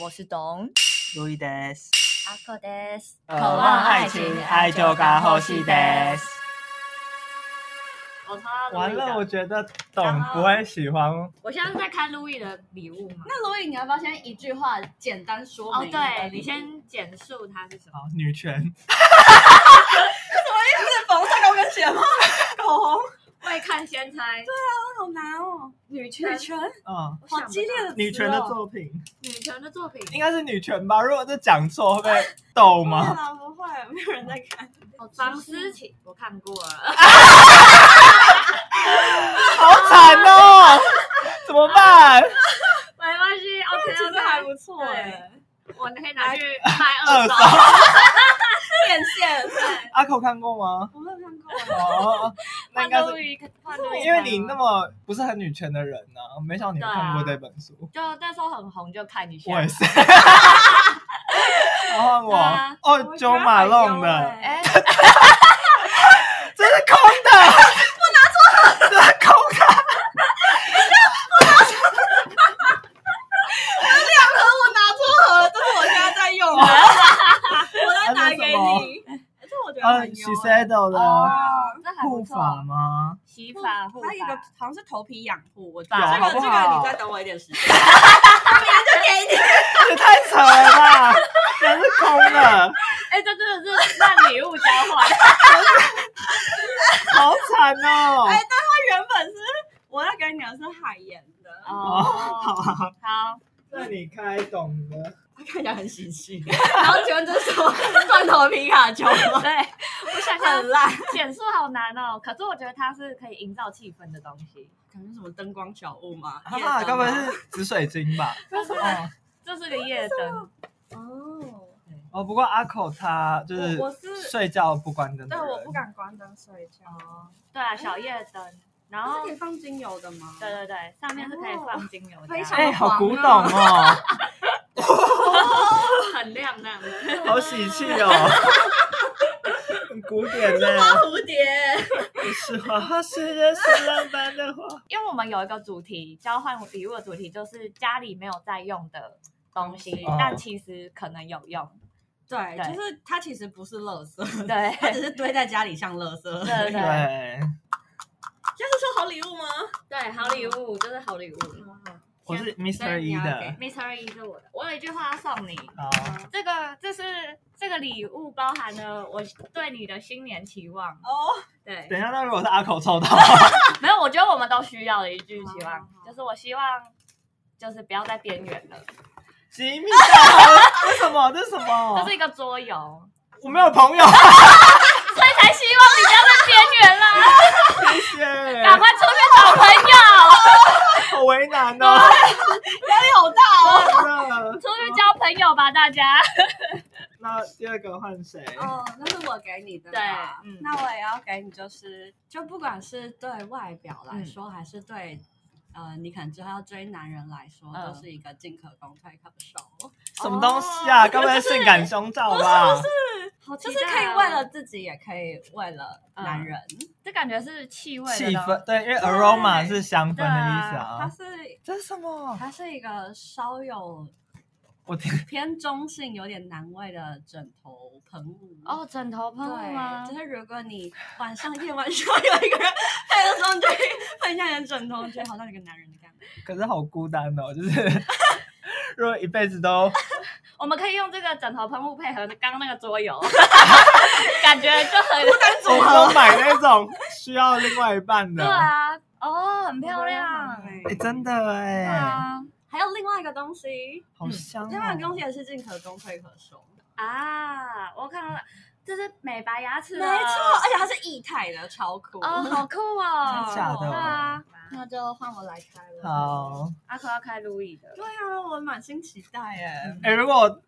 我是董路易德斯，阿克德斯，渴望爱情，爱就该呼吸德。我超爱完 Louis 了，我的。觉得董不会喜欢。我现在是在看 Louis 的礼物嘛？那罗颖，你要不要先一句话简单说哦，明？对，你先简述它是什么？好，女权， 是粉红色高跟鞋吗？口红，未看先猜，好难哦。女权女，权，嗯，我想不好激烈到的哦女权的作品女权的作品。应该是女权吧？如果这讲错 会被逗不吗？啦，啊不会，没有人在 看。房思琪，我看过了。好惨 哦，怎么啊办？没关系其，OK，实还不错哎，我可以拿去卖二二手 手。变现。对，阿口看过吗？我没有看过。哦，那换应该路是易，换路易因为你那么不是很女权的人呢、没想到你有看过这本书。就那时候很红，就看一下。我也是。啊然后我、对啊哦，九马弄的，哎，这是空的，不拿错了，这是空的。我拿错盒，这是我现在在 用的。我再拿给你。哎这我觉得呃很优，She 哎 said 的哦，这还护不法错。吗？洗发护发还有一个好像是头皮养护，我有这好个不这啊好个你再等我一点 时间，明天就给你。也太扯了吧， 这是空的，哎，这真的是让礼物交换。好惨哦。哎它原本是我要给你的是海盐的，哦，好好啊，好，那你开懂的。它看起来很喜气。 然后请问这是什么罐头皮卡 丘吗？对，我想很想，烂，减速好难哦。可是我觉得它是可以营造气氛的东西，感觉什么灯光小物吗？哈哈，该不会啊是紫水晶吧？哦这是个夜灯。哦。哦，不过阿口他就是我我是睡觉不关灯的对，人，我不敢关灯睡觉。哦，对啊，小夜灯。然是后可以，放精油的吗？对对对，上面是可以放精油的啊，非常哎、好古董哦，很亮那样子。好喜气哦，很古典呢、蝴蝶，是花花世界是浪漫的花。因为我们有一个主题交换礼物的主题，就是家里没有在用的东西，哦但其实可能有用。对，对就是它其实不是垃圾，对它只是堆在家里像 垃圾。对对，对这是说好礼物吗？对，好礼物，这是好礼物。我是 Mr. 你 E 要的给。 Mr. E 是我的，我有一句话要送你。好，这个这是这个礼物包含了我对你的新年期望，哦，对，等一下，那如果是阿口抽到，没有，我觉得我们都需要的一句期望好好，好就是我希望就是不要在边缘了， 吉米的，为什么？这是什这么是？一个桌游，我没有朋所友，以才希望你不要在边缘啦，谢谢，赶快出去找朋友，好为难哦。压力好大哦。真的出去交朋友吧，大家。那第二个换谁？哦，那是我给你的吧，对嗯那我也要给你，就是就不管是对外表来说，还是对。呃，你可能之后要追男人来说，嗯都是一个进可攻退可守，什么东西啊？该不会是性感胸罩吧？好期就待哦是可以为了自己，也可以为了男人。 这感觉是气味的气东西氛，对，因为 aroma 是香氛的对意思它啊。是这是什么？ 它是一个稍有我听偏中性、有点难味的枕头喷雾。哦，枕头喷雾吗对，？就是如果你晚上夜晚需要有一个人配的时候，你就会喷一下你的枕头，觉得好像有个男人的感觉。可是好孤单哦，就是如果一辈子都我们可以用这个枕头喷雾配合刚刚那个桌 游，感觉就很总都买那种需要另外一半的，对啊，哦，很 漂亮，哎、真的对哎、啊嗯还有另外一个东西，好香、哦另外一个东西也是进可攻退可守，啊，我看到了，这是美白牙齿，啊没错，而且它是液态的，超酷。哦，好酷哦，真假的对啊，那就换我来开了。，好，阿可要开路易的，对啊，我满心期待哎，哎、如果我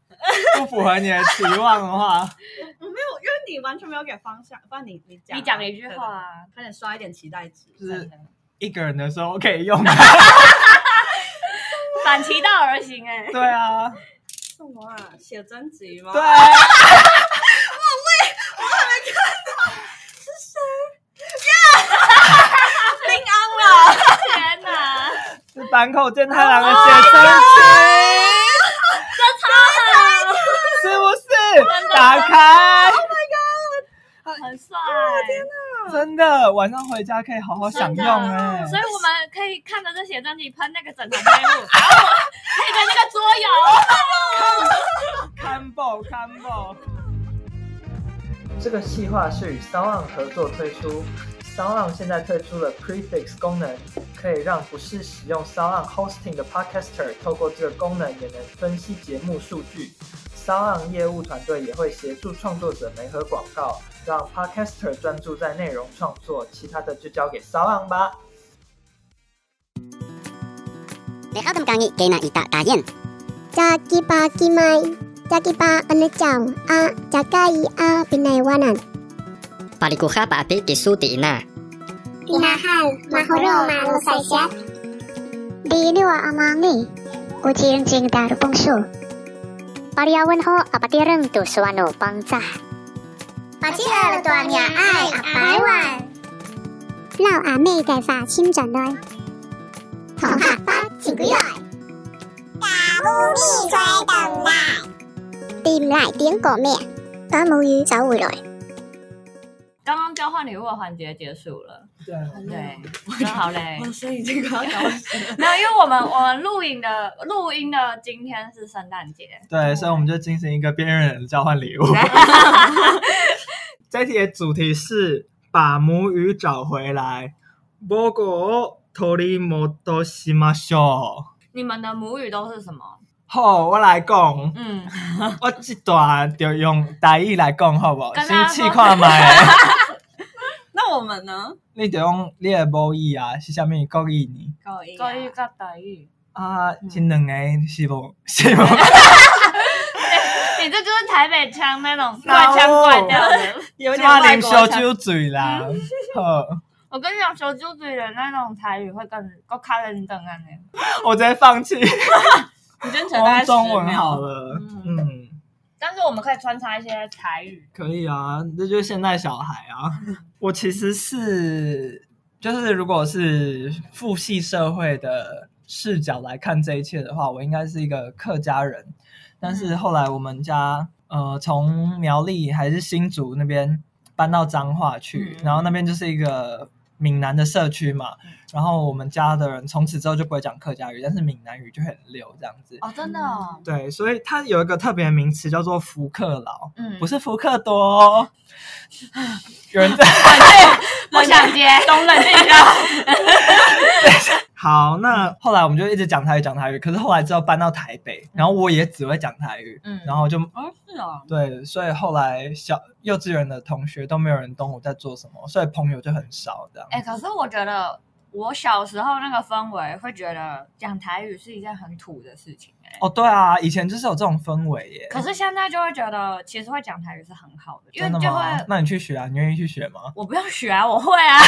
不符合你的期望的话，我没有，因为你完全没有给方向，不然你你讲啊，你讲一句话对，啊，对快点刷一点期待值。就是一个人的时候可以 用。反其道而行，哎，对啊，什么啊？写真集吗？ 对，林安了，天哪，是坂口健太郎的写真集。这啊 真的晚上回家可以好哦好享用哎、所以我们可以看着这写真集喷那个枕头喷雾，然后我 配着那个桌游。看报看报。这个计划是与 Sound 合作推出。Sound 现在推出了 Prefix 功能，可以让不是使用 Sound Hosting 的 Podcaster 透过这个功能也能分析节目数据。Sound 业务团队也会协助创作者媒合广告，让 Podcaster 专注在内容创作，其他的就交给 Sound 吧。美好的강의개나이따다옌자기바기마이자기바안내짱아자가이아비나이와난 Palikuha pa api kisu tiina. Pinahal, mahoro, mausay siya. Diniwa amangi. Ujirang jing darupong su. Pariyawan ho apatirang tusuano pangza. Patial tuan ya ay apaiwan. Lao à mê cài phà chim tròn đôi. Thỏ hạt phát chỉ quý loại. Tìm lại tiếng của mẹ. Có mẫu ý cháu hồi rồi. 刚刚交换礼物的环节结束了，对，对，真好嘞我。的哦声音已经快要 消失了。没有，因为我们我们录影的录音的今天是圣诞节，对，所以我们哦就进行一个辨认人的交换 礼物。这一题的主题是把母语找回来。母語を取り戻しましょう。你们的母语都是什么？好，我来讲， 嗯，我这段就用台语来讲，好不好？跟先大家试看 麦。那我们呢？你就用你的母语啊，是啥物国语呢？高一、啊国语跟台语，啊，嗯这两个是无是无。 你这就是台北腔那 种怪腔怪调哦的。有我啉烧酒醉啦。 好， 我跟你讲，小猪嘴的那种台语会更够卡人等啊，呢。我直接放 弃。你真扯我大概用十中文好秒。了。嗯嗯。但是我们可以穿插一些台语，可以啊，这就是现代小孩啊。 我其实是，就是如果是父系社会的视角来看这一切的话，我应该是一个客家人。但是后来我们家，呃，从苗栗还是新竹那边搬到彰化去，嗯然后那边就是一个闽南的社区嘛。然后我们家的人从此之后就不会讲客家语，但是闽南语就很溜这样子。哦，真的哦，对，所以它有一个特别的名词叫做福克劳。嗯不，是福克多哦，有人在。我想接，懂冷静一下。 好，那嗯后来我们就一直讲台语，讲台语。可是后来之后搬到台北，然后我也只会讲台语，嗯然后就哦，是哦，对，所以后来小幼稚园的同学都没有人懂我在做什么，所以朋友就很少这样。哎、可是我觉得我小时候那个氛围会觉得讲台语是一件很土的事情、哎、哦，对啊，以前就是有这种氛围耶。 可是现在就会觉得其实会讲台语是很好的，因为真的就会吗？那你去学啊？你愿意去学吗？我不用学啊，我会啊，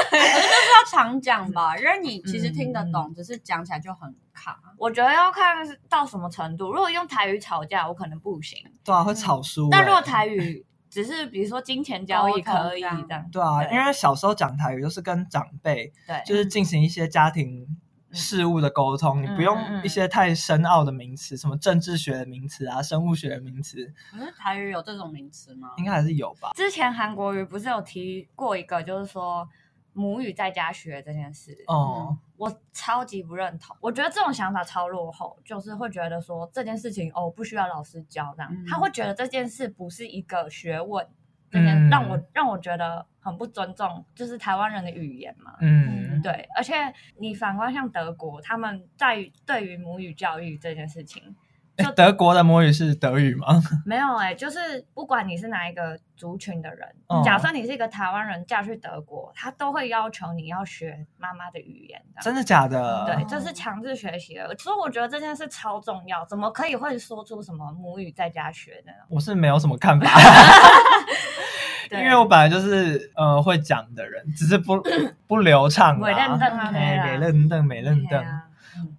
就是要常讲 吧，因为你其实听得嗯懂，只是讲起来就很卡。我觉得要看是到什么程度。如果用台语吵架，我可能不行，对啊，会草书耶。嗯但如果台语只是比如说金钱交易沟通可以这样这样，对啊，对因为小时候讲台语都是跟长辈对，就是进行一些家庭事务的沟通，你不用嗯嗯嗯嗯一些太深奥的名词，什么政治学的名词啊、生物学的名词，可是台语有这种名词吗？应该还是有吧？之前韩国瑜不是有提过一个，就是说母语在家学这件事，哦、我超级不认同。我觉得这种想法超落后，就是会觉得说这件事情哦不需要老师教这样，嗯他会觉得这件事不是一个学问，这件、嗯让我让我觉得很不尊重，就是台湾人的语言嘛。嗯，对，而且你反观像德国，他们在于对于母语教育这件事情，诶德国的母语是德语吗？ 没有哎、就是不管你是哪一个族群的人，嗯假设你是一个台湾人嫁去德国，他都会要求你要学妈妈的语言。这样真的假的？哦对，这是强制学习的，所以我觉得这件事超重要。怎么可以会说出什么母语在家学的呢？我是没有什么看法，因对为我本来就是呃会讲的人，只是 不不流畅袂认啦。真啊，嘿对没啦认凳，没认嘿凳，啊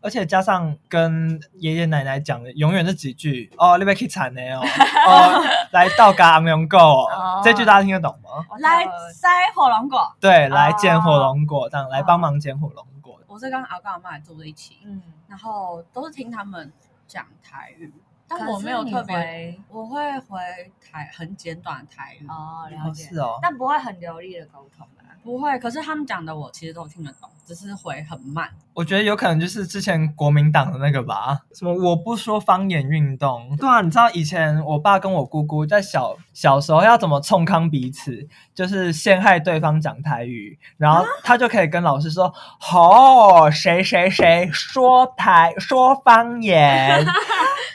而且加上跟爷爷奶奶讲的，永远这几句哦，你别去惨的 哦，哦，来到嘎昂龙狗哦哦，这句大家听得懂吗？我来操塞火龙果，对，来哦捡火龙果，这样来帮忙捡火龙果。我是跟阿公阿妈也住在一起，嗯，然后都是听他们讲台语，但我没有特可别，是你回我会回台很简短的台语，哦，了哦解，是哦，但不会很流利的沟通啊。不会。可是他们讲的我其实都听得懂，只是回很慢。我觉得有可能就是之前国民党的那个吧，什么我不说方言运动。对啊，你知道以前我爸跟我姑姑在小小时候要怎么冲康彼此，就是陷害对方讲台语，然后他就可以跟老师说：“哦，谁谁谁说台说方言。”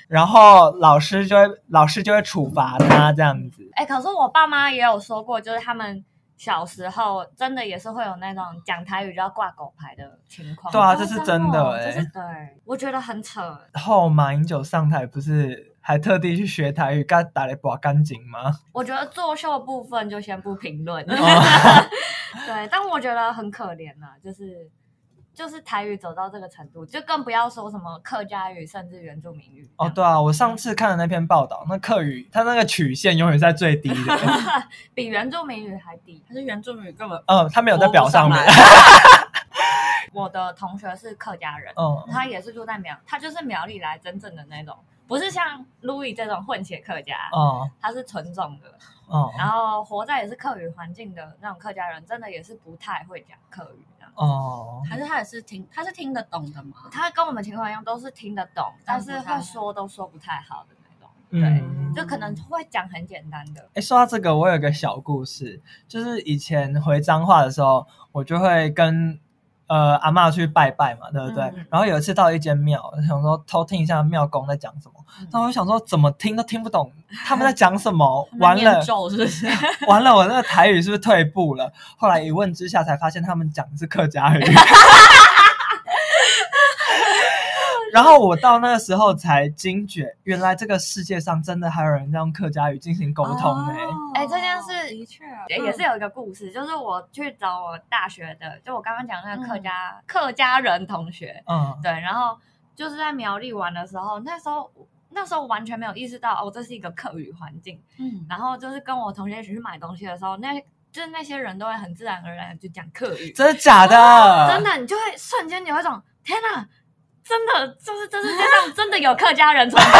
然后老师就会老师就会处罚他这样子。哎、可是我爸妈也有说过，就是他们小时候真的也是会有那种讲台语就要挂狗牌的情况。对啊，这是真的这哎、是对，我觉得很扯。后马英九上台不是还特地去学台语，跟他打了一把干净吗？我觉得作秀部分就先不评论。哦 对，但我觉得很可怜呐、就是就是台语走到这个程度，就更不要说什么客家语，甚至原住民语。哦，对啊，我上次看的那篇报道，那客语它那个曲线永远在最低的， 比原住民语还低。可是原住民根本嗯，它没有在表上面播，我的同学是客家人，嗯，他也是住在苗，他就是苗栗来真正的那种，不是像 Louis 这种混血客家，哦，他是纯种的，哦，然后活在也是客语环境的那种客家人，真的也是不太会讲客语这样。哦，还是他也是听，他是听得懂的嘛？他跟我们情况一样，都是听得懂，但但不是太会说都说不太好的那种，嗯。就可能会讲很简单的。哎，说到这个，我有个小故事，就是以前回彰化的时候，我就会跟呃阿嬷去拜拜嘛，对不对？嗯然后有一次到一间庙，想说偷听一下庙公在讲什么，然后我想说怎么听都听不懂他们在讲什么，完了念咒是不是？完了，我那个台语是不是退步了？后来一问之下才发现他们讲的是客家语。 然后我到那个时候才惊觉，原来这个世界上真的还有人在用客家语进行沟通欸呢、哦哎这件事的确啊也也是有一个故事，就是我去找我大学的，就我刚刚讲那个客嗯家、客家人同学，嗯，对，然后就是在苗栗玩的时候，那时候那时候完全没有意识到哦，这是一个客语环境。嗯，然后就是跟我同学一起去买东西的时候，那就是那些人都会很自然而然地就讲客语，真的假的？哦真的，你就会瞬间你会种天哪，真的就是这世界上真的有客家人存 在，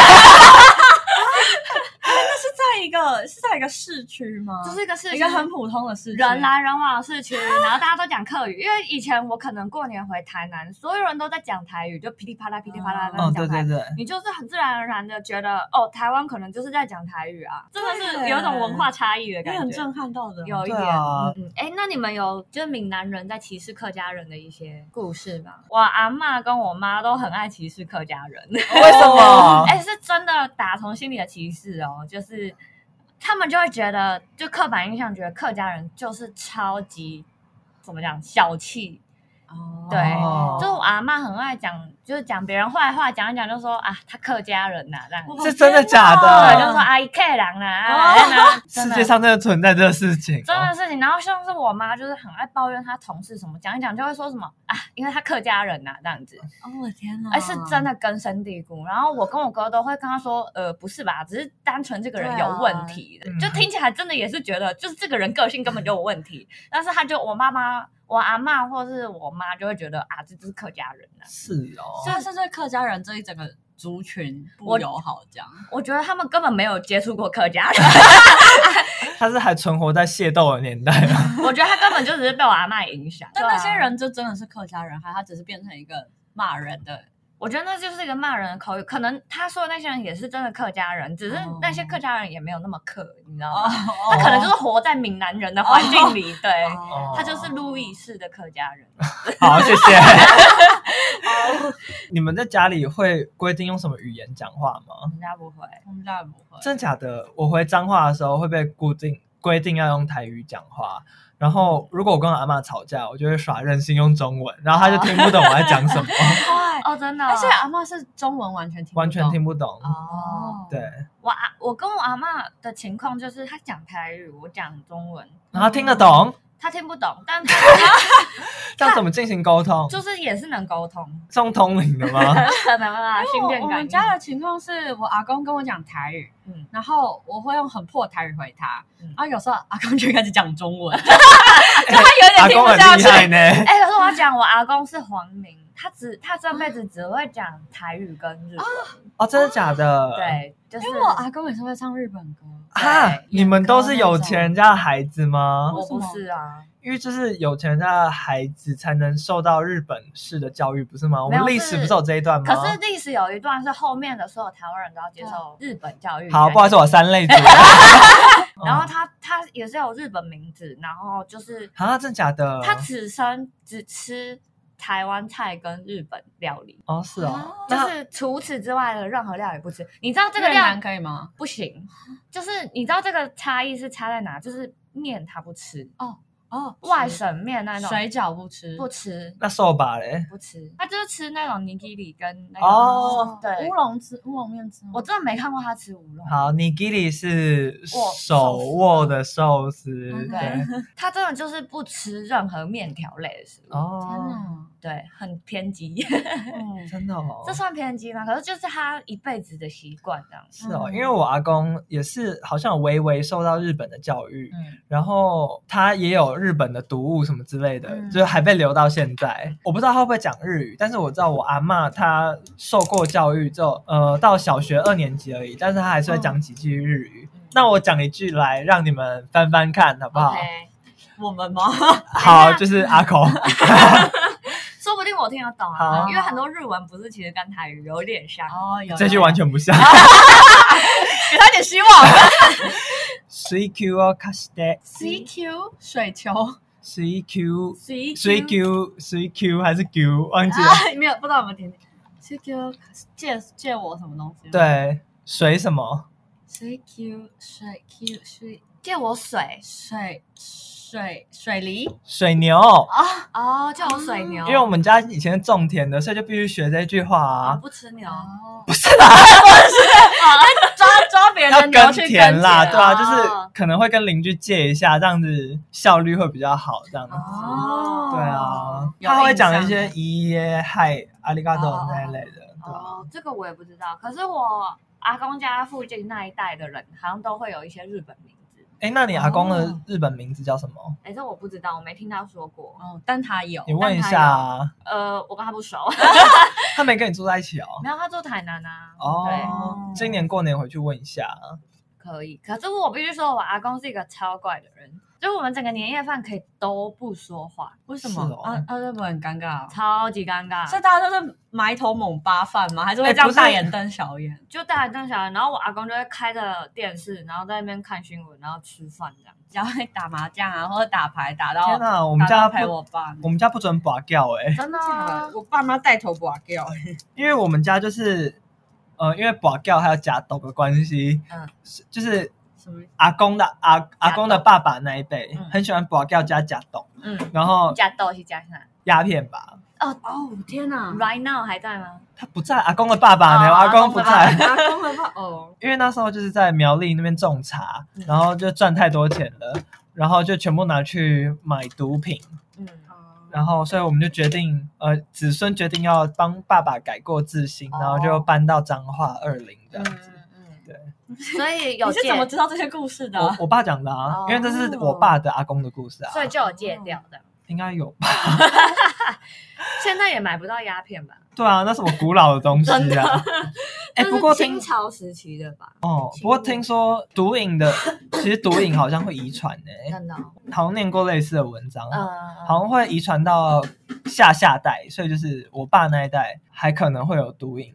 是在一个是在一个市区吗？这是一个事一情，个很普通的市区，人来人往的市区，然后大家都讲客语，因为以前我可能过年回台南，所有人都在讲台语，就噼里啪啦噼里啪啦在那嗯，边对讲对台语。 对，你就是很自然而然的觉得，哦，台湾可能就是在讲台语啊，真的对是有一种文化差异的也感很觉。震撼到的，有一对点，啊嗯，哎、那你们有就是闽南人在歧视客家人的一些故事吗？我阿嬷跟我妈都很爱歧视客家 人，为什么？哎、是真的打从心里的歧视哦，就是他们就会觉得，就刻板印象觉得客家人就是超级怎么讲小气，哦对哦就是我阿嬷很爱讲，就是讲别人坏话，讲一讲就说啊，他客家人呐、这样。是真的假对，就的？说啊，一客人啦、啊，哎哦那真世的界上真的存在这个事情、真哦？的事情。然后像是我妈，就是很爱抱怨她同事什么，讲一讲就会说什么啊，因为她客家人啊呐、这样子，哦，我的天哪！哎、是真的根深蒂固。然后我跟我哥都会跟他说，呃，不是吧，只是单纯这个人有问题，对啊嗯就听起来真的也是觉得，就是这个人个性根本就有问题。 但是他就我妈妈、我阿嬷或是我妈就会觉得啊，这就是客家人啊。是哦，所以是对客家人这一整个族群不我友好，这样我觉得他们根本没有接触过客家人， 他是还存活在械斗的年代吗？我觉得他根本就只是被我阿嬷影响。但对啊那些人就真的是客家人，还他只是变成一个骂人的我觉得那就是一个骂人的口语，可能他说的那些人也是真的客家人，只是哦那些客家人也没有那么客，你知道哦吗？，他可能就是活在闽南人的环境里，对，哦他就是路易式的客家人。好，谢 谢。你们在家里会规定用什么语言讲话吗？我们家不会，我们家也不会，真假的？我回彰化的时候会被固定规定要用台语讲话，然后如果我跟我阿嬷吵架，我就会耍任性用中文，然后她就听不懂我在讲 什么，快。哦，真的、而且阿嬷是中文完全听不懂，完全听不懂。哦，对，我阿我跟我阿嬷的情况就是，她讲台语，我讲中文，然后她听得懂，她听不懂，但她 要怎么进行沟通？就是也是能沟通，是用通灵的 吗？可能啦，心电哦我感们应。 家的情况是我阿公跟我讲台语，嗯然后我会用很破台语回他，嗯然后有时候阿公就开始 讲中文，他有点阿听公不很下厉害去。呢。哎、可是我要讲，我阿公是黄明，他只他这辈子只会讲台语跟日文，哦，真的假的？对，就是因为我阿公也是会唱日本歌，啊对，你们都是有钱人家的孩子吗？我不为什么是啊，因为就是有钱人家的孩子才能受到日本式的教育，不是吗？我没有们历史是不是有这一段吗？可是历史有一段是后面的所有台湾人都要接受日本教育，好，不好意思，我哦三 类组。哦然后他他也是有日本名字，然后就是啊，真的假的？他此生只吃台湾菜跟日本料理，哦，是哦，就那是除此之外的任何料理不吃。你知道这这个个料可以吗？不行，就是你知道这个差异是差在哪？就是面他不吃，哦，外省面那种水饺不吃，不吃那瘦吧嘞，不吃，他就是吃那种尼基里跟那哦种对乌。龙吃乌龙面吃吗，我真的没看过他吃乌龙，好，nigiri 是握手握的寿司，嗯对，他真的就是不吃任何面条类的食物，哦，对，很偏激。嗯真的哦 这，算偏激吗？可是就是他一辈子的习惯这样子。是哦，嗯因为我阿公也是好像有微微受到日本的教育，嗯，然后他也有日本的读物什么之类的，嗯就是还被留到现在。我不知道他会不会讲日语，但是我知道我阿嬷她受过教育之后，呃，到小学二年级而已，但是她还是会讲几句日语。那我讲一句来让你们翻翻看，好不哦好 OK，我们吗？好，就是阿口。 说不定我听得懂好啊，因为很多日文不是其实跟台语有点像。哦，有这句完全不像。给他点 希望。 水球を貸して、 C Q 水球，水球、 C 水 球、水球还是球，忘记了。啊，没有不知道有没有听见 C Q 借借我什么东西？对，水什么？ ，C Q 水 Q 水借我水水水水梨水牛。哦，借我水牛，因为我们家以前是种田的，所以就必须学这句话我啊。不吃牛，哦，抓抓别人要的牛耕去田啦，耕对啊，就哦是可能会跟邻居借一下，这样子效率会比较好，这样子。哦对啊，有他会讲一印象些的咦耶嗨阿里嘎多哦那一类的，对啊。哦，这个我也不知道。可是我阿公家附近那一带的人，好像都会有一些日本名字，哎，那你阿公的哦日本名字叫什么？哎，这我不知道，我没听他说过。哦，但他有你问一但下他啊，呃，我跟他不熟，他没跟你住在一起哦。 没有，他住台南啊。对。哦，今年过年回去问一下。啊可以，可是我必须说，我阿公是一个超怪的人，就是我们整个年夜饭可以都不说话，为什是么哦啊啊？日本很尴尬哦，超级尴尬。所以大家都是埋头猛扒饭吗？还是哎会这样不是大眼瞪小眼？就大眼瞪小眼，然后我阿公就会开着电视，然后在那边看新闻，然后吃饭这样。然后会打麻将啊，或者打牌打到天哪，我们打家到陪不我爸，我们家不准拔掉哎，真的假啊的？我爸妈带头拔掉，因为我们家就是，呃，因为保教还有假斗的关系，嗯嗯，就是什么意思？阿公的阿阿公的爸爸那一辈、嗯很喜欢保教加假斗，嗯，然后加豆是加啥鸦片吧，哦天 哪！ ？Right now 还在吗？他不在，阿公的爸爸呢，哦阿公不阿在， 阿公的爸哦，因为那时候就是在苗栗那边种茶，然后就赚太多钱了，然后就全部拿去买毒品，嗯，然后所以我们就决定，呃，子孙决定要帮爸爸改过自新，哦然后就搬到彰化二林这样嗯子。嗯，对。所以有你是戒怎，么知道这些故事的我啊？我爸讲的啊，哦因为这是我爸的阿公的故事啊，所以就有戒掉的。应该有吧？嗯 现在也买不到鸦片吧？对啊，那是我古老的东西真啊的。 哎、这不是过清听朝时期的吧？哦，不过听说毒瘾的，其实毒瘾好像会遗传诶，真的哦，好像念过类似的文章，嗯，好像会遗传到下下代，所以就是我爸那一代还可能会有毒瘾。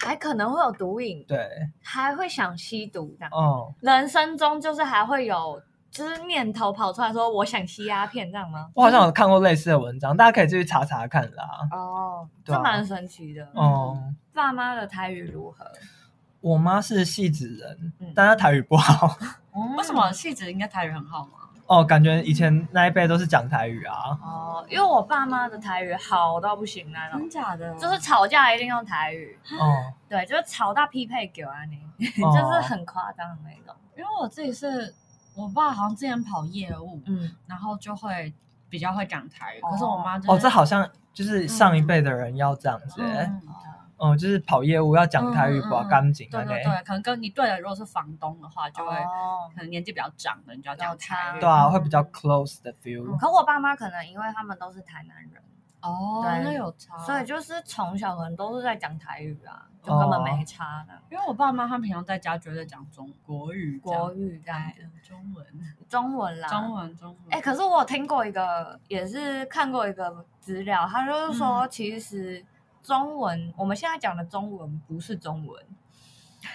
还可能会有毒瘾，对，还会想吸毒这样。哦，人生中就是还会有就是念头跑出来说我想吸鸦片这样吗？我好像有看过类似的文章，大家可以自己查查看啦。哦，对啊这蛮神奇的。哦、爸妈的台语如何？我妈是戏子人嗯，但她台语不好。 为什么戏子应该台语很好吗？哦，感觉以前那一辈都是讲台语啊。哦，因为我爸妈的台语好到不行啊那种，假嗯的就就是是吵架一定用台语， 哦，对，就是吵到匹配给啊你，哦就是很夸张的那种。因为我自己是我爸，好像之前跑业务，嗯，然后就会比较会讲台语，哦可是我妈就是哦，这好像就是上一辈的人要这样子、欸，嗯哦、就是跑业务要讲台语，嗯嗯嗯不要干净对啊，对对，可能跟你对的，如果是房东的话，就会哦。可能年纪比较长的，你就要讲有差台语对。啊，嗯会比较 close 的 feel。可我爸妈可能因为他们都是台南人，哦，对那有差，所以就是从小可能都是在讲台语啊，就根本没差的、因为我爸妈他平常在家绝对讲中国语这样，国语这样子，对中文，中文啦，中文，中文。哎、可是我有听过一个，也是看过一个资料，他就是说，其实中文、我们现在讲的中文不是中文，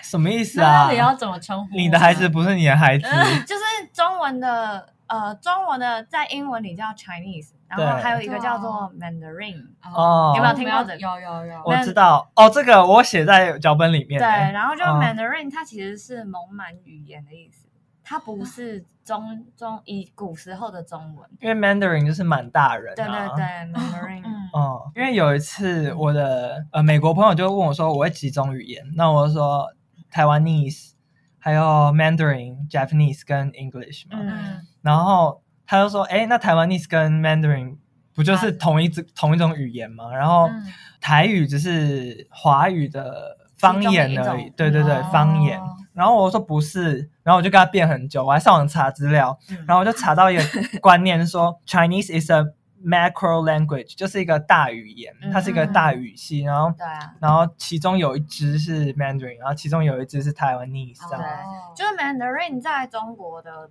什 么意思那啊到底？要怎么称呼你的孩子不是你的孩子，就是中文的呃，中文的在英文里叫 Chinese，然后对还有一个叫做哦 Mandarin，哦有没有听过这个有有有， 我知道哦，这个我写在脚本里面。对，然后就哦 Mandarin 它其实是蒙满语言的意思，它不是中中以古时候的中文，因为 Mandarin 就是满大人、啊。对对 对。，Mandarin，嗯，哦，因为有一次我的呃美国朋友就问我说我会几种语言，那我就说台湾 Nis，还有 Mandarin、Japanese 跟 English 嘛，嗯，然后他就说，哎，那台湾 Nis 跟 Mandarin 不就是啊同一种、同一种语言吗？然后嗯台语只是华语的方言而其中的一已，种对对对，哦方言。然后我说不是，然后我就跟他辩很久，我还上网查资料，嗯然后我就查到一个观 念说，Chinese is a macro language，就是一个大语言，嗯它是一个大语系，然后对啊，然后其中有一支是 Mandarin，然后其中有一支是 Taiwanese 这样。哦就是 Mandarin 在中国的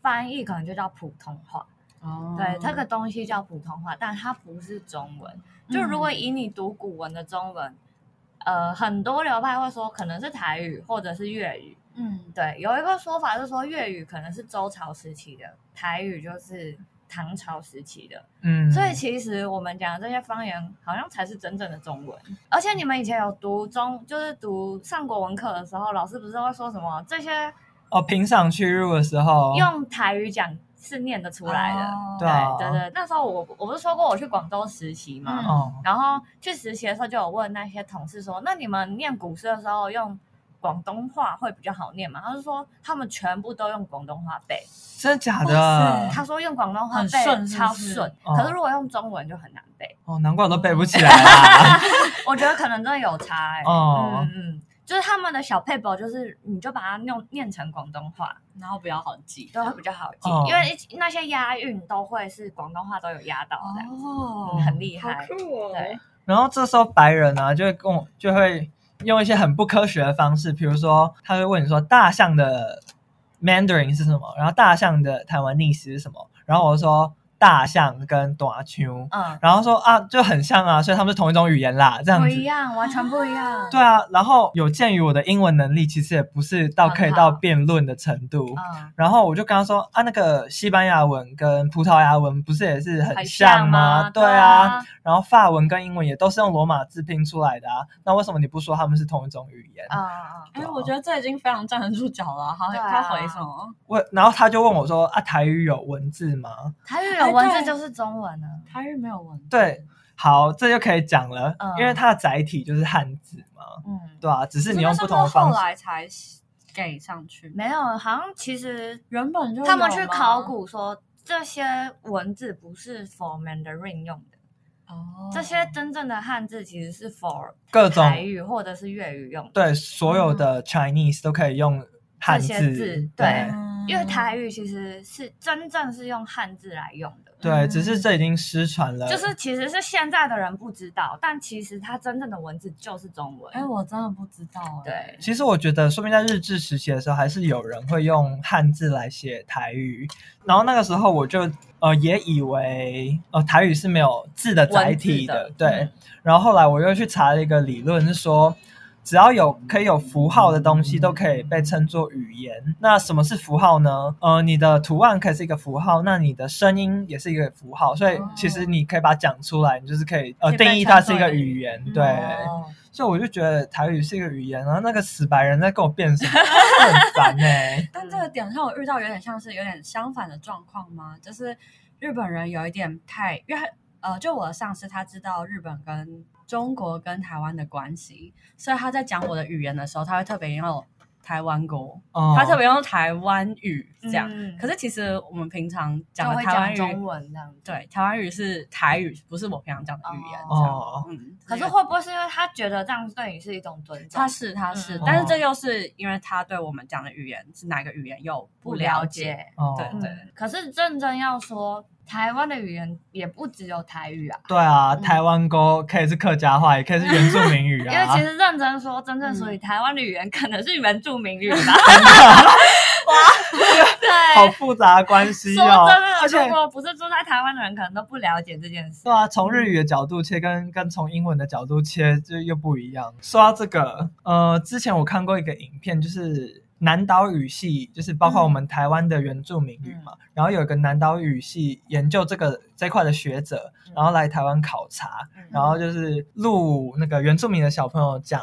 翻译可能就叫普通话，嗯哦对，这个东西叫普通话，但它不是中文。就嗯如果以你读古文的中文，呃，很多流派会说可能是台语或者是粤语。嗯对，有一个说法是说粤语可能是周朝时期的，台语就是唐朝时期的。嗯，所以其实我们讲的这些方言，好像才是真正的中文。而且你们以前有读中，就是读上国文课的时候，老师不是会说什么这些哦，平上去入的时候，用台语讲是念得出来的。哦对啊对对，那时候我我不是说过我去广州实习嘛，嗯哦，然后去实习的时候就有问那些同事说，那你们念古诗的时候用广东话会比较好念吗？他就说他们全部都用广东话背，嗯真的假哇的？他说用广东话很背顺是不超是顺，哦可是如果用中文就很难背。哦，难怪我都背不起来 啦。我觉得可能真的有差、欸，哦嗯嗯。就是他们的小 paper，就是你就把它弄念成广东话，然后比较好记。都会比较好记，哦因为一那些押韵都会是广东话都有押到的，哦嗯很厉害。酷哦对，然后这时候白人啊，就会跟我就会用一些很不科学的方式，比如说他会问你说大象的 Mandarin 是什么，然后大象的台湾历史是什么，然后我就说大象跟短丘，嗯，然后说啊就很像啊，所以他们是同一种语言啦，这样不子哦一。样，完全不一样。对啊，然后有鉴于我的英文能力其实也不是到可以很好到辩论的程度，嗯，然后我就跟他说啊，那个西班牙文跟葡萄牙文不是也是很很像吗？吗？对啊，，嗯然后法文跟英文也都是用罗马字拼出来的啊，那为什么你不说他们是同一种语言？嗯嗯嗯，哎，我觉得这已经非常站得住脚了。他对啊他回什么？我然后他就问我说啊，台语有文字吗？台语有文字就是中文呢。啊台语没有文，对，好，这就可以讲了，嗯因为它的载体就是汉字嘛，嗯，对啊，只是你用那不是同的是后方式。来才给上去，没有，好像其实原本就有他们去吗考古说这些文字不是 for Mandarin 用的，哦，这些真正的汉字其实是 for 各种台语或者是粤语用的，对所有的 Chinese 都可以用汉这些字对嗯因为台语其实是真正是用汉字来用的。对，啊只是这已经失传了，嗯就是其实是现在的人不知道，但其实它真正的文字就是中文。哎，我真的不知道哎。对，其实我觉得，说明在日治时期的时候，还是有人会用汉字来写台语。然后那个时候，我就呃也以为呃台语是没有字的载体的，文字的对。然后后来我又去查了一个理论，是说只要有可以有符号的东西，都可以被称作语言。那什么是符号呢？呃，你的图案可以是一个符号，那你的声音也是一个符号，所以其实你可以把它讲出来，你就是可以呃可以被定义它称是作一个语语言，对。哦所以我就觉得台语是一个语言，然后那个死白人在跟我辩 什么，我很烦欸呢、但嗯这个点上，我遇到有点像是有点相反的状况吗？就是日本人有一点太，因为他呃，就我的上司他知道日本跟中国跟台湾的关系，所以他在讲我的语言的时候，他会特别用台湾国，哦，他特别用台湾语这样。嗯可是其实我们平常就讲的会台湾讲语，中文这样子。对，台湾语是台语，不是我平常讲的语言。这样哦，嗯，可是会不会是因为他觉得这样对你是一种尊重他？是他是，嗯但是这又是因为他对我们讲的语言是哪个语言又不了解，嗯哦，对对，可是认真要说，台湾的语言也不只有台语啊。对啊，台湾沟可以是客家话，也可以是原住民语嗯因为啊其。实认真说，真正嗯属于台湾的语言可能是原住民 语吧。好对，复杂的关系说哦，而真且的，如果不是住在台湾的人，可能都不了解这件事。对啊，从日语的角度切跟跟从英文的角度切就又不一样。说到这个，呃，之前我看过一个影片，就是南岛语系，就是包嗯括我们台湾的原住民语嘛，然后有一个南岛语系研究这个这块的学者，嗯然后来台湾考察，然后就是录那个原住民的小朋友讲。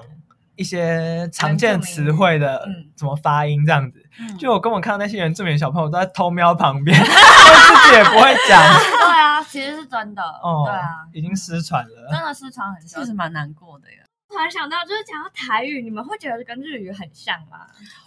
一些常见词汇的原住民语嗯怎么发音这样子，嗯就我跟我看到那些原住民的小朋友都在偷瞄 旁边， 他们自己也不会讲，对啊，其实是真的。哦，对啊，已经失传真 了。的失传很是不久。是蛮难过的呀？突然想到，就是讲到台语，你们会觉得跟日语很像吗？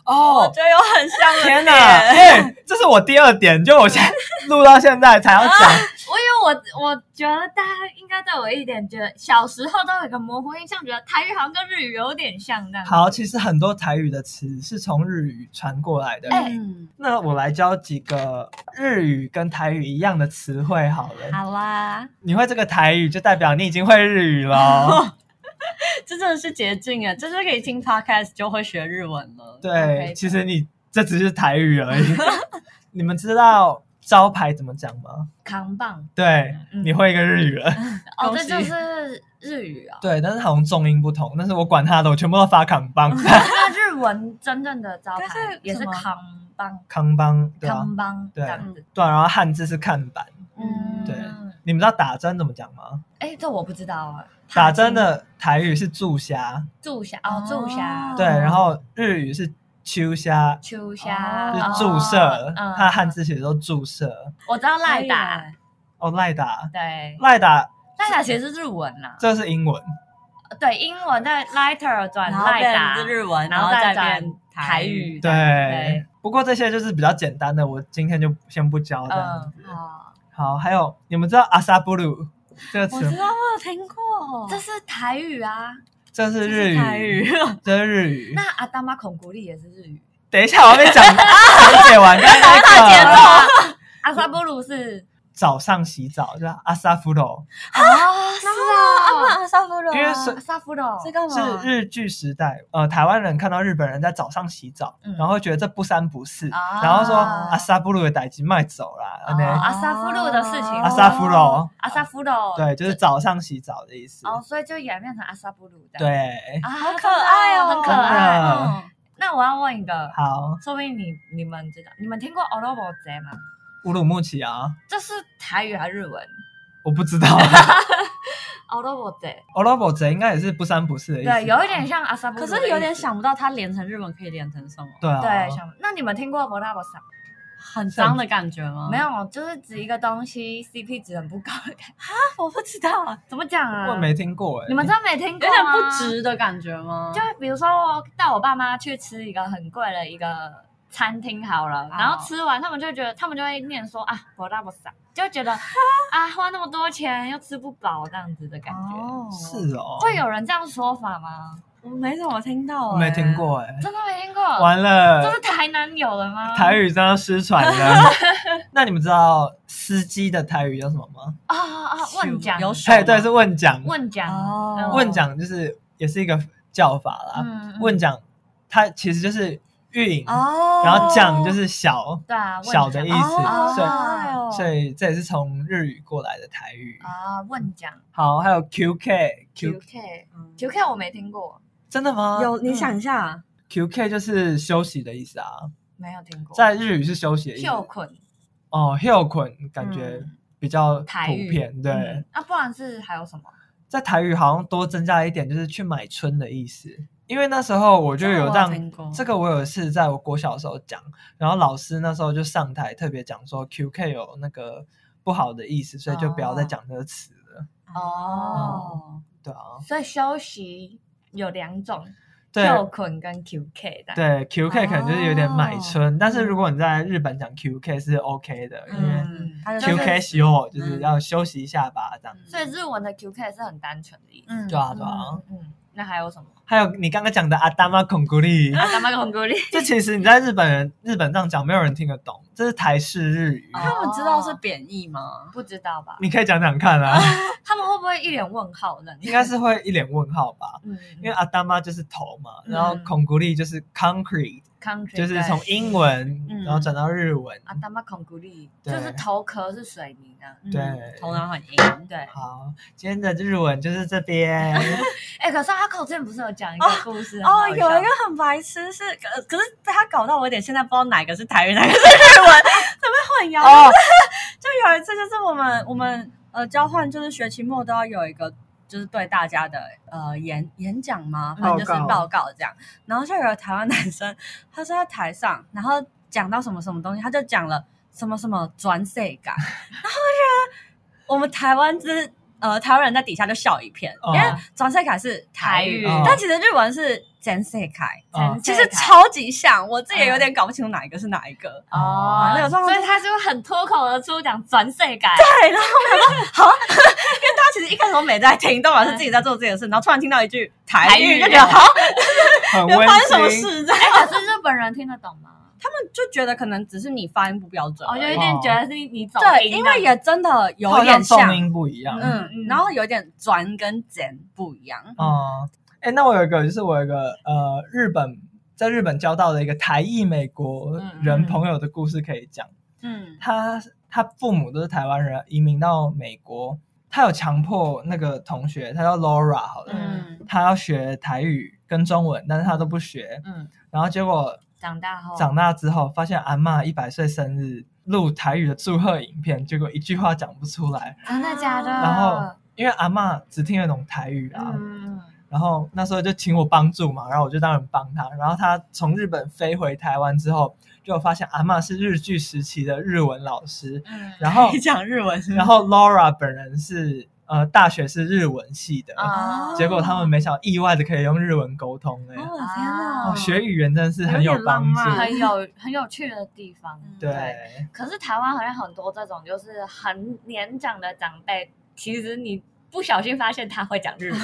我觉得有很像的天哪！点，哎，这是我第二点，就我现在录到现在才要讲。我因为我我觉得大家应该对我一点觉得，小时候都有一个模糊印象，觉得台语好像跟日语有点像这样。 好，其实很多台语的词是从日语传过来的。哎嗯，那我来教几个日语跟台语一样的词汇好了。好啦，你会这个台语，就代表你已经会日 语了。这真的是捷径哎，这就是可以听 podcast 就会学日文了。OK 对的，其实你这只是台 语而已。你们知道招牌怎么讲吗？扛棒对，嗯你会一个日语了。哦，恭这喜就是日语 啊、对，但是好像重音不同，但是我管他的，我全部都发扛棒， 那日文真正的招但是牌也是什么扛棒，扛棒，对啊，扛棒这对样子。对啊，然后汉字是看板，嗯，对你们知道打针怎么讲吗？哎，这我不知道啊。打针的台语是注虾，注虾哦，注虾，哦对，然后日语是秋虾，就秋虾，是哦注射，嗯它的汉字写作注射。我知道啊赖打，哦，赖打，对，赖打，赖打其实是日文啦，这是英文，对，英文在 lighter 转然后赖打变是日文，然后后再转变台语。语，对。不过这些就是比较简单的，我今天就先不教这样嗯子。，好，好，还有你们知道阿萨布鲁这个我词知吗？道，我有听过，这是台语啊。这是日是台语，语。这是日语。嗯那阿大妈孔古力也是日语，等一下，我还没讲讲解完刚 刚大节奏那个啊。阿萨布鲁是早上洗澡叫阿萨夫罗，啊，是阿啊，哦曼阿萨夫罗啊，因为是阿萨布鲁是干嘛？是日剧时代，呃，台湾人看到日本人在早上洗澡，嗯然后会觉得这不三不四，啊然后说阿萨布鲁的代金卖走啦，这样哦阿萨夫鲁的事情，阿啊阿萨夫罗，阿萨夫鲁，对，就是早上洗澡的意思。哦，所以就演变成阿萨布鲁的，对，啊，好可爱哦，很可真的爱。嗯那我要问一个，好，说不定你你们知道，你们听过 Orobo 贼吗？乌鲁木齐啊，这是台语还是日文我不知 道？Orobo 贼， ，Orobo 贼应该也是不三不四的意思吧，对，有一点像阿萨布鲁可的意思，是有点想不到它连成日文可以连成什么，对啊，对，想那你们听过 Orobo 萨？很脏的感觉嗯吗？没，有，就是指一个东西 CP 值很不高的感觉，我不知道，怎么讲啊？我没听过哎，你们真的没听有过点吗不。值的感觉啊吗？就是比如说，我带我爸妈去吃一个很贵的一个餐厅好了，然哦后吃完，他们就觉得，他们就会念说啊，我大不傻，就觉 得啊，花那么多钱又吃不饱这样子的感觉。哦，是哦，会有人这样说法吗？我哦没怎么听到，欸我没听。过哎，欸真的没听过，完了，这是台南有的吗？台语真的失 传了。那你们知道司机的台语叫什么吗？啊啊，啊问讲有手哎，对，是问讲。问讲哦嗯问讲就是也是一个叫法啦。嗯嗯问讲它其实就是运营，哦，然后讲就是小对啊，问讲小的意哦思，所以哦所以这也是从日语过来的台语。啊，问讲好，还有 QK Q QK 嗯 QK 我没听过，真的吗？有你想一下， QK 就是休息的意思啊，没有听过。在日语是休息的意思。秀捆哦 h i l 捆感觉比较嗯台普语遍，对。嗯那不然是还有什么？在台语好像多增加一点，就是去买春的意思。因为那时候我就有这个我有听让过这个我有一次在我国小的时候讲，然后老师那时候就上台特别讲说 QK 有那个不好的意思，所以就不要哦再讲这个词了。哦，对啊，所以休息有两种，对秀捆跟 QK 的。对 QK 可能就是有点哦买春，但是如果你在日本讲 QK 是 OK 的，因为嗯，它就是 QK 休就是要休息一下吧，这样。所以日文的 QK 是很单纯的意思。嗯对啊，对啊。嗯，那还有什么？还有你刚刚讲的阿达玛孔古力，啊，干嘛跟我鼓励？这其实你在日本人日本这样讲，没有人听得懂，这是台式日语，他们知道是贬义吗？不知道吧？你可以讲讲看啊， 他们会不会一脸问号呢？ 应该是会一脸问号吧，嗯，因为阿达玛就是头嘛，嗯然后孔古力就是 concrete， country 就是从英文嗯然后转到日文，啊，达玛孔古力对就是头壳是水泥的，嗯对头脑很硬，对。好，今天的日文就是这 边，哦哎，可是阿口之前不是有讲一个故事哦，有一一个很白痴是，可可是被他搞到我有点现在不知道哪个是台语，哪个是日文， 怎么会混淆？哦就有一次，就是我们我们呃交换，就是学期末都要有一个，就是对大家的呃演演讲嘛，反正就是报告报告这样。然后就有个台湾男生，他是在台上，然后讲到什么什么东西，他就讲了什么什么转世 感，然后我就觉得我们台湾之。呃，台湾人在底下就笑一片，哦因为转世凯是台语，哦台语但其实日文是真世凯，嗯其实超级像，我自己也有点搞不清楚哪一个是哪一个。哦，那个时候所以他就很脱口而出讲转世感，对，然后我啊 想说，好，因为大家其实一开始都没在听，都老是自己在做自己的事，然后突然听到一句台台语语，就觉得好，很你们发生什么温馨。事这样？哎，可是日本人听得懂吗？他们就觉得可能只是你发音不标准我而就已，有点觉得是你你走哦对，音因了为也真的有好像点重像，音不一样。嗯，嗯，然后有点转跟简不一样，哦、哎、那我有一个，就是我有一个呃，日本在日本交到的一个台裔美国人朋友的故事可以讲。嗯，他他父母都是台湾人，移民到美国。他有强迫那个同学，他叫 Laura 好了，嗯他要学台语跟中文，但是他都不学。嗯，然后结果长大后长大之后，发现阿嬷一百岁生日录台语的祝贺影片，结果一句话讲不出来。真的啊假的？然后因为阿嬷只听得懂台语啊，嗯，然后那时候就请我帮助嘛，然后我就当然帮他。然后他从日本飞回台湾之后，就有发现阿嬷是日剧时期的日文老师，嗯然后你讲日文是吗然后 Laura 本人是呃大学是日文系的，啊，结果他们没想到意外的可以用日文沟通哎、哦我的天哪，哦，学语言真的是很有帮助有点浪，漫啊很有很有趣的地方。对，可是台湾好像很多这种就是很年长的长辈，其实你不小心发现他会讲日文，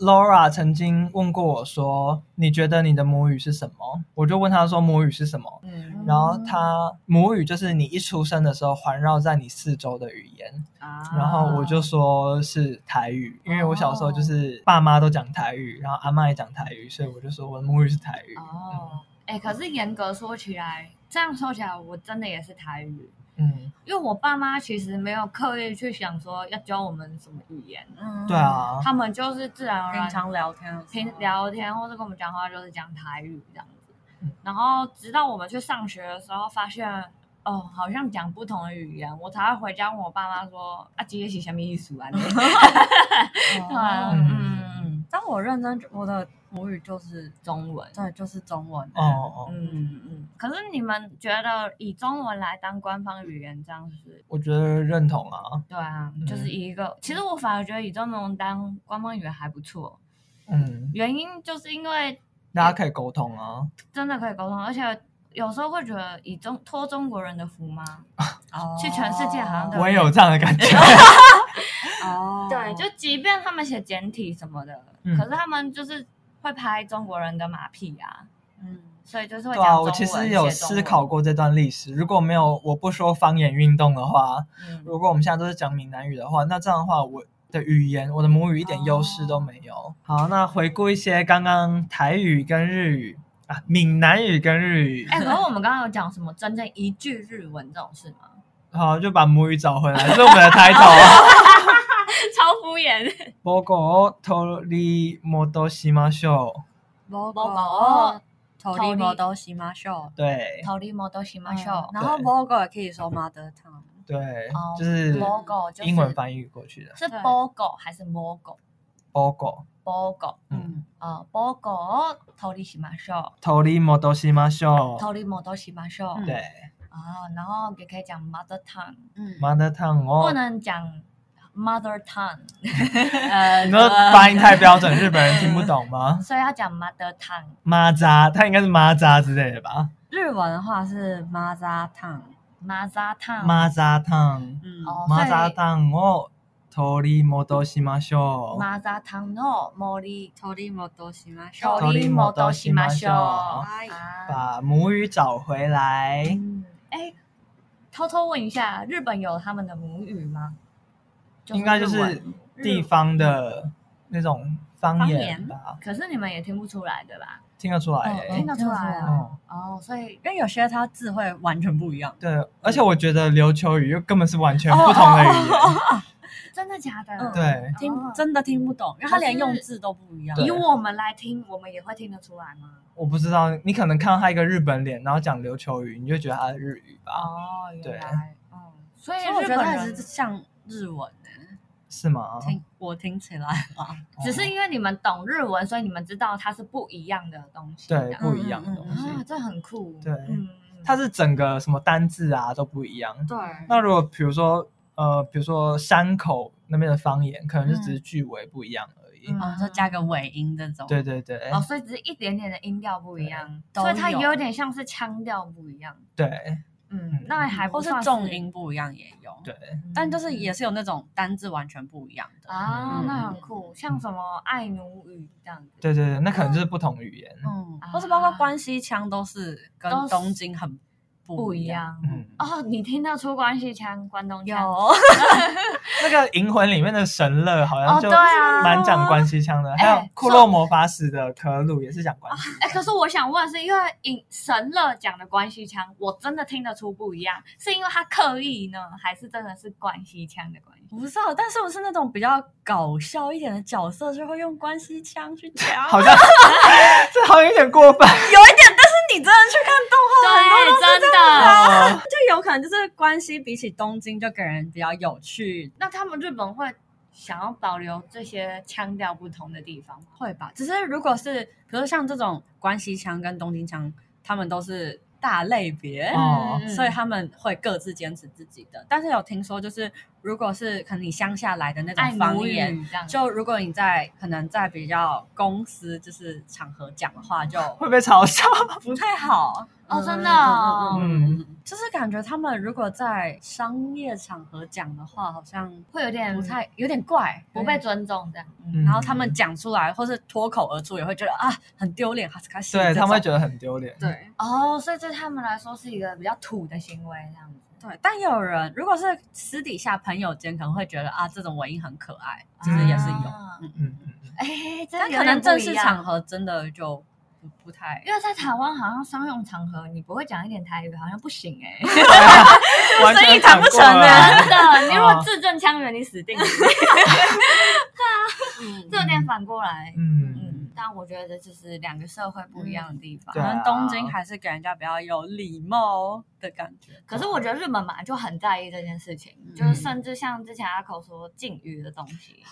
Laura 曾经问过我说：“你觉得你的母语是什么？”我就问她说：“母语是什么？”嗯然后她母语就是你一出生的时候环绕在你四周的语言。啊然后我就说是台语，因为我小时候就是爸妈都讲台语，然后阿妈也讲台语，所以我就说我的母语是台语。哦，哎、可是严格说起来，这样说起来，我真的也是台语。嗯，因为我爸妈其实没有刻意去想说要教我们什么语言，嗯对，啊，他们就是自然而然平常聊天的时候，平聊天或者跟我们讲话就是讲台语这样子嗯。然后直到我们去上学的时候，发现哦，好像讲不同的语言，我才会回家问我爸妈说啊，今天是什么意思 啊？哦啊嗯，但我认真，我的母语就是中文。对，就是中文，哦哦，嗯嗯。可是你们觉得以中文来当官方语言，这样是我觉得认同啊，对啊，就是以一个，其实我反而觉得以中文当官方语言还不错，嗯，原因就是因为大家可以沟通啊，真的可以沟通，而且有时候会觉得以中托中国人的福吗？哦嗯去全世界好像都我也有这样的 感觉。哦，对，就即便他们写简体什么的，嗯可是他们就是会拍中国人的马屁啊，嗯。所以就是会对讲啊，中我文其实有思考，写过这段历史。如果没有我不说方言运动的话，中文如果我们现在都是讲闽南语的话，那这样的话我。的语言，我的母语一点优势都没有。哦好，那回顾一些刚刚台语跟日语啊，闽南语跟日语，嗯，哎、可是我们刚刚有讲什么真正一句日文这种事吗？好，就把母语找回来，这是我们的抬头。啊。 超敷衍，波狗托利莫多西马秀，猫猫狗头头里里猫都洗马秀，对头里摩多西马秀，嗯然后猫狗也可以说 mother tongue，对哦，就是摸狗就是英文翻译过去的是对波狗还是摸狗？波狗。波狗，嗯，呃，波狗头里西马秀，托利莫多西马秀，头里摩多西马秀，嗯对啊、然后也可以讲 mother tongue，嗯， ，mother tongue 不哦。能讲 mother tongue，呃你说发音太标准，日本人听不懂 吗？所以要讲 mother tongue。妈扎，他应该是妈扎之类的吧？日文的话是 mother tongue，麻扎烫，妈扎烫，嗯，嗯哦，妈所扎以烫哦，托里莫多西马秀，马扎汤诺莫里托利莫多西吗？托り利莫多西马秀。は哎い啊，把母语找回来。嗯，哎，偷偷问一下，日本有他们的母语吗？应该就日文是地方的那种方言吧，可是你们也听不出来对吧？听得出来嗯欸听得出来听得出啊。哦，哦，所以因为有些它字会完全不一样。对，而且我觉得琉球语又根本是完哦全不同的语言。真的假的？嗯对，听哦真的听不懂，因为它可是连用字都不一样。对以我们来听，我们也会听得出来吗？我不知道，你可能看到他一个日本脸，然后讲琉球语，你就觉得他是日语吧？哦，对原来，嗯，所以所以我日觉得本它也人哦是像日文诶，是吗？听我听起来啊，只是因为你们懂日文，所以你们知道它是不一样的东西。对这样不一样的东西，啊，这很酷。对嗯，它是整个什么单字啊都不一样。对那如果比如说呃，比如说山口那边的方言，可能就只是句尾不一样而已。嗯哦，就加个尾音这种。对对对哦，所以只是一点点的音调不一样，对所以它都有有点像是腔调不一样。对嗯嗯，那还不或是算嗯重音不一样也有，对，但就是也是有那种单字完全不一样的。啊，嗯那很酷，像什么爱奴语这样子。对对对，那可能就是不同语言。嗯啊，或是包括关西腔都是跟都是东京很不不一一样。样嗯，哦，你听得出关西腔、关东有腔，那个《银魂》里面的神乐好像哦就对啊蛮讲关西腔的，哎还有《库洛魔法使》的可鲁也是讲关西。哎、可是我想问的是，因为影神乐讲的关西腔，我真的听得出不一样，是因为他刻意呢，还是真的是关西腔的关系？我 不知道，但是我是那种比较搞笑一点的角色，就会用关西腔去讲。好 像 这好像有点过分。有一点，但是你真的去看动画，很多对，真啊的。哦就有可能就是关西比起东京就给人比较有趣，那他们日本会想要保留这些腔调不同的地方吗？会吧？只是如果是比如说像这种关西腔跟东京腔，他们都是大类别。哦嗯所以他们会各自坚持自己的，但是有听说就是，如果是可能你乡下来的那爱种方母语言，这样子，就如果你在可能在比较公司就是场合讲的 话，就会被嘲笑。不太好。哦真的哦嗯，就是感觉他们如果在商业场合讲的话，好像会有点不太有点怪，不被尊重这样。嗯然后他们讲出来或是脱口而出，也会觉得啊很丢脸，哈斯卡西。对他们会得觉得很丢脸。对哦，所以对他们来说是一个比较土的行为这样子。对。但有人如果是私底下朋友间，可能会觉得啊这种尾音很可爱，其实也是有。啊嗯嗯嗯， 嗯嗯哎、真的但有可能点正不一式样场合真的就不不太因为在台湾好像商用场合你不会讲一点台语好像不行哎、完全生意谈不哦成反过来真的，你如果字正腔圆，你死 定了。啊嗯这有点反过来，嗯，嗯，但我觉得这是两个社会不一样的地方。对可啊能东京还是给人家比较有礼貌的感觉。可是我觉得日本嘛就很在意这件事情，哦嗯就是甚至像之前阿口说禁语的东西，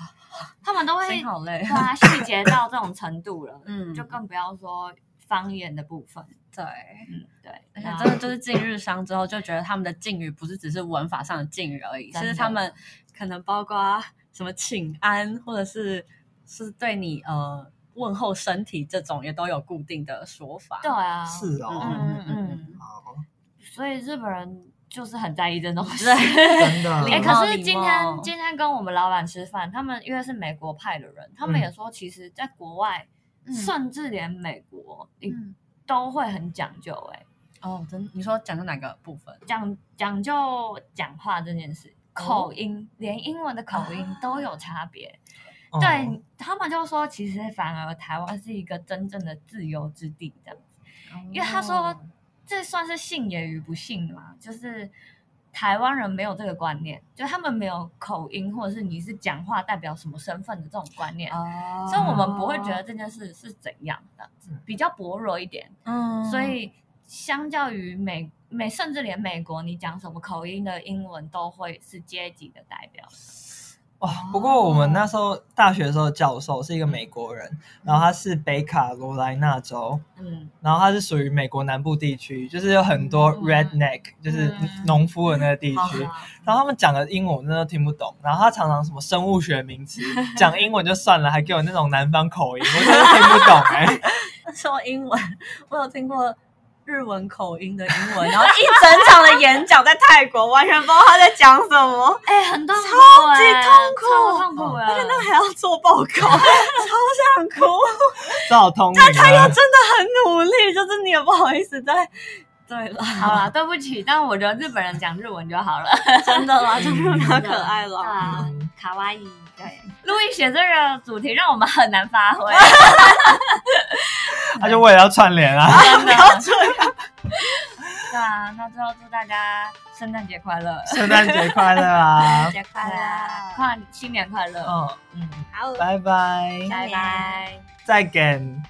他们都会心好累对。啊细节到这种程度了，嗯就更不要说方言的部分，对，嗯，对，而且那真的就是进日商之后，就觉得他们的敬语不是只是文法上的敬语而已，真的是他们可能包括什么请安，或者是是对你呃问候身体这种，也都有固定的说法。对啊，，是哦，嗯嗯嗯，所以日本人就是很在意这种事。真的。哦礼哎、貌可是礼今貌天今天跟我们老板吃饭，他们因为是美国派的人，他们嗯也说，其实在国外，嗯甚至连美国，你嗯都会很讲究、哎，哦，真你说讲的哪个部分？哦讲讲究讲话这件事，口音，连英文的口音啊都有差别。哦对他们就说，其实反而台湾是一个真正的自由之地，这样。因为他说哦这算是信也与不信嘛，就是台湾人没有这个观念，就他们没有口音或者是你是讲话代表什么身份的这种观念，哦，所以我们不会觉得这件事是怎样的，比较薄弱一点。嗯，所以相较于美美，甚至连美国，你讲什么口音的英文都会是阶级的代表。哇、哦不过我们那时候大学的时候，教授是一个美国人，然后他是北卡罗来纳州，嗯，然后它是属于美国南部地区，就是有很多嗯 redneck，、就是农夫的那个地好区。啊然后他们讲的英文我真的听不懂，然后他常常什么生物学名词讲英文就算了，还给我那种南方口音，我真的听不懂哎、说英文，我有听过日文口音的英文，然后一整场的演讲在泰国，完全不知道他在讲什 么，哎、很痛苦、超级哎痛苦超痛苦而且的。那还要做报告， 超想哭。这好通灵啊。他又真的很努力，就是你也不好意思在。对了，好啦，对不起，但我觉得日本人讲日文就好了。真的 啦，就是他可爱对了。啊，嗯卡哇伊。对，路易写这个主题让我们很难发挥，他就为了要串 联啊。真的。对啊，那最后祝大家圣诞节快乐，圣诞节快乐哦啊！节快快乐，快新年快乐，嗯嗯，好拜拜，拜拜。再见。